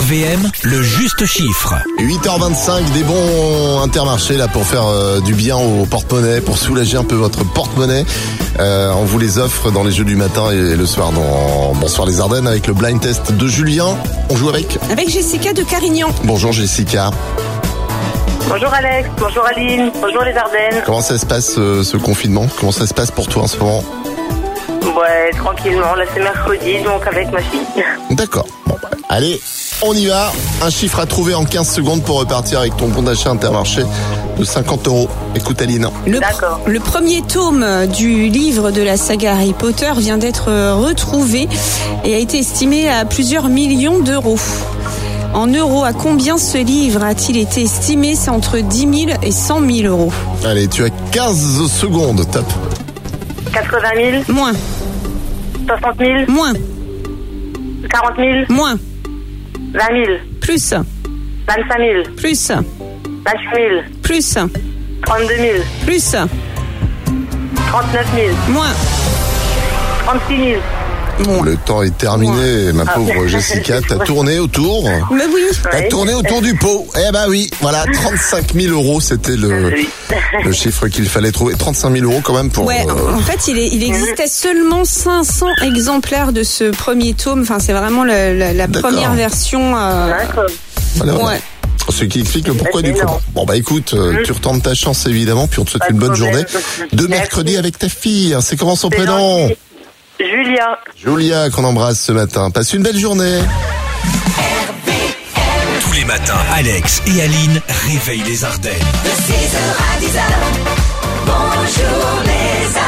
RVM, le juste chiffre. 8h25, des bons intermarchés là pour faire euh, du bien au porte-monnaie, pour soulager un peu votre porte-monnaie. Euh, on vous les offre dans les jeux du matin et le soir dans Bonsoir les Ardennes avec le blind test de Julien. On joue avec. Avec Jessica de Carignan. Bonjour Jessica. Bonjour Alex, bonjour Aline, bonjour les Ardennes. Comment ça se passe euh, ce confinement Comment ça se passe pour toi en ce moment Ouais, tranquillement, là c'est mercredi, donc avec ma fille. D'accord. Bon, bah, allez, on y va. Un chiffre à trouver en 15 secondes pour repartir avec ton bon d'achat intermarché de 50 euros. Écoute Aline. Le, D'accord. le premier tome du livre de la saga Harry Potter vient d'être euh, retrouvé et a été estimé à plusieurs millions d'euros. En euros, à combien ce livre a-t-il été estimé C'est entre 10 000 et 100 000 euros. Allez, tu as 15 secondes, top. 80 000, Moins, 60 000, moins, 40 000, moins, 20 000, plus, 25 000, plus, 28 000, plus, 32 000, plus, 39 000, moins, 36 000. moins. Le temps est terminé, ma Ah. pauvre Jessica. T'as tourné autour Mais oui. T'as Ouais. tourné autour du pot. Eh ben oui, voilà, 35 000 euros, c'était le, Oui. le chiffre qu'il fallait trouver. 35 000 euros quand même pour... Ouais, euh, en fait, il, est- il existait seulement 500 exemplaires de ce premier tome. Enfin, c'est vraiment la, la- la D'accord. première version. euh, D'accord. voilà, voilà. ouais. Ce qui explique le pourquoi C'est du comment. énorme. Bon bah écoute, euh, tu retentes ta chance évidemment, puis on te souhaite Mm. Pas de une bonne journée. problème. De Merci. mercredi avec ta fille, hein. c'est comment son C'est prénom gentil. Julia. Julia qu'on embrasse ce matin. Passe une belle journée. Tous les matins, Alex et Aline réveillent les Ardennes. De 6h à 10h, bonjour les Ardennes.